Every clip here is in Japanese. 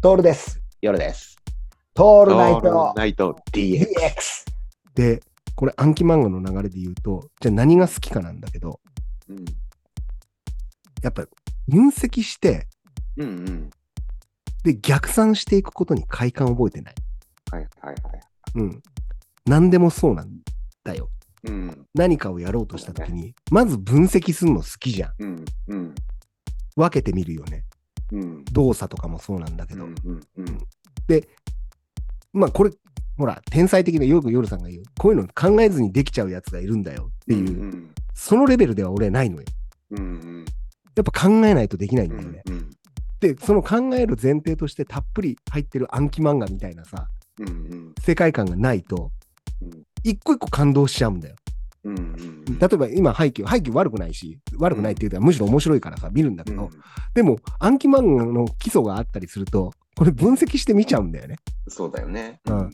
トールです。夜です。トオールナイトナイト DX。 DX。で、これ暗記漫画の流れで言うと、じゃあ何が好きかなんだけど、うんやっぱり分析して、うんうん。で、逆算していくことに快感を覚えてない。はいはいはい。うん。何でもそうなんだよ。うん何かをやろうとしたときに、まず分析するの好きじゃん。うんうん分けてみるよね。うん。動作とかもそうなんだけど。うんうんまあこれ、ほら、天才的な、よく夜さんが言う、こういうの考えずにできちゃうやつがいるんだよってういんう、そのレベルでは俺はないのよ。うんうんやっぱ考えないとできないんだよね。うんで、その考える前提としてたっぷり入ってる暗記漫画みたいなさ、うん世界観がないとうん、一個一個感動しちゃうんだよ。うんうん例えば今、背景、背景悪くないし、悪くないっていうか、むしろ面白いからさ、見るんだけど、でも暗記漫画の基礎があったりすると、これ分析して見ちゃうんだよね。そうだよね。うん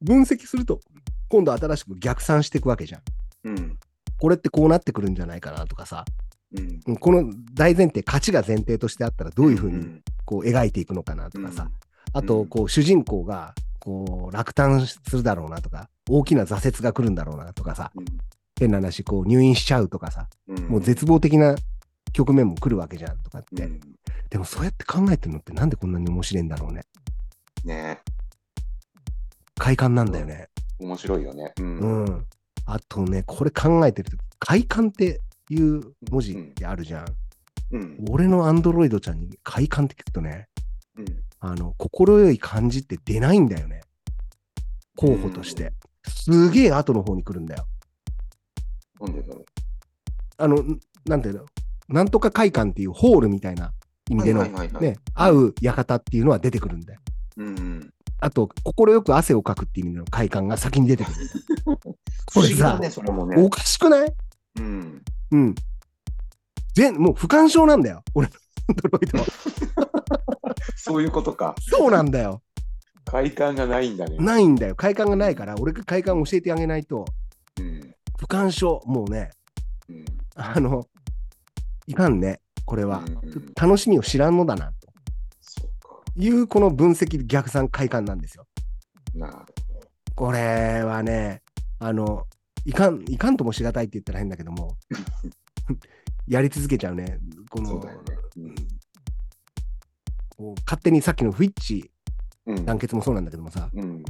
分析すると、今度新しく逆算していくわけじゃん。うんこれってこうなってくるんじゃないかなとかさ、うん。うんこの大前提、価値が前提としてあったらどういうふうにんこう描いていくのかなとかさ、あうとんこう主人公がこう落胆するだろうなとか、大きな挫折が来るんだろうなとかさ、変な話、こう入院しちゃうとかさ、うんもう絶望的な局面も来るわけじゃんとかっうて。んでもそうやって考えてるのってなんでこんなに面白いんだろうね。ね快感なんだよね。面白いよね。ううん。んあとね、これ考えてるとき、快感っていう文字ってあるじゃん。うん俺のアンドロイドちゃんに快感って聞くとね、うんあの、心よい感じって出ないんだよね。候補として。すげえ後の方に来るんだよ。なんでだろあの、んなんていうの、なんとか快感っていうホールみたいな意う。味でのはい、はいはいはいね、合う館っていうのは出てくるんだよ。うん。あと、心よく汗をかくっていう意味の快感が先に出て くる。不こ思れ議ださね、それもね。おかしくないうん。うん。全、もう不干渉なんだよ。俺のアンドロイドは。そういうことか。そうなんだよ。快感がないんだね。ないんだよ。快感がないから、俺が快感を教えてあげないと、うん不干渉、もうね、うんあの、いかんね、これは。うん楽しみを知らんのだな、とそうか。いう、この分析逆算快感なんですよ。なるほど。これはね、あの、いかん、いかんともしがたいって言ったら変だけども、 やり続けちゃうね。こそのう、だよね。こう勝手にさっきのフィッチうん。団結もそうなんだけどもさ、うん。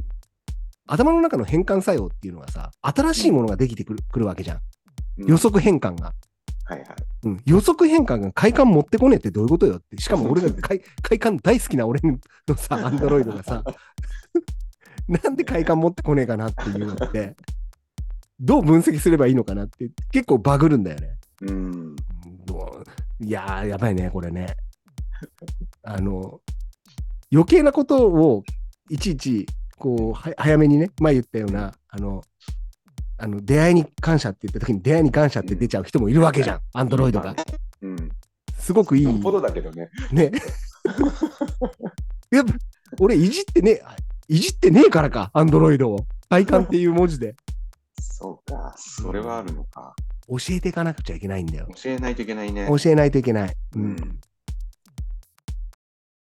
頭の中の変換作用っていうのがさ、新しいものができてくる,、くるわけじゃん。うん予。測変換が。はいはい。うん、予測変換が快感持ってこねえってどういうことよって。しかも俺が快快感大好きな俺のさ、アンドロイドがさ、 なんで快感持ってこねえかなっていうのって、どう分析すればいいのかなって、結構バグるんだよね。うん。うんもういやー、やばいね、これね。あの、余計なことをいちいち、こう、は早めにね、前言ったような、あの、あの出会いに感謝って言った時に出会いに感謝って出ちゃう人もいるわけじゃん、アンドロイドが。うん。すごくいい。よっぽどだけどね。ね。 やっぱ、俺、いじってね、いじってねえからか、アンドロイドを。体感っていう文字で。そうか。それはあるのか。教えていかなくちゃいけないんだよ。教えないといけないね。教えないといけない。う。うんん。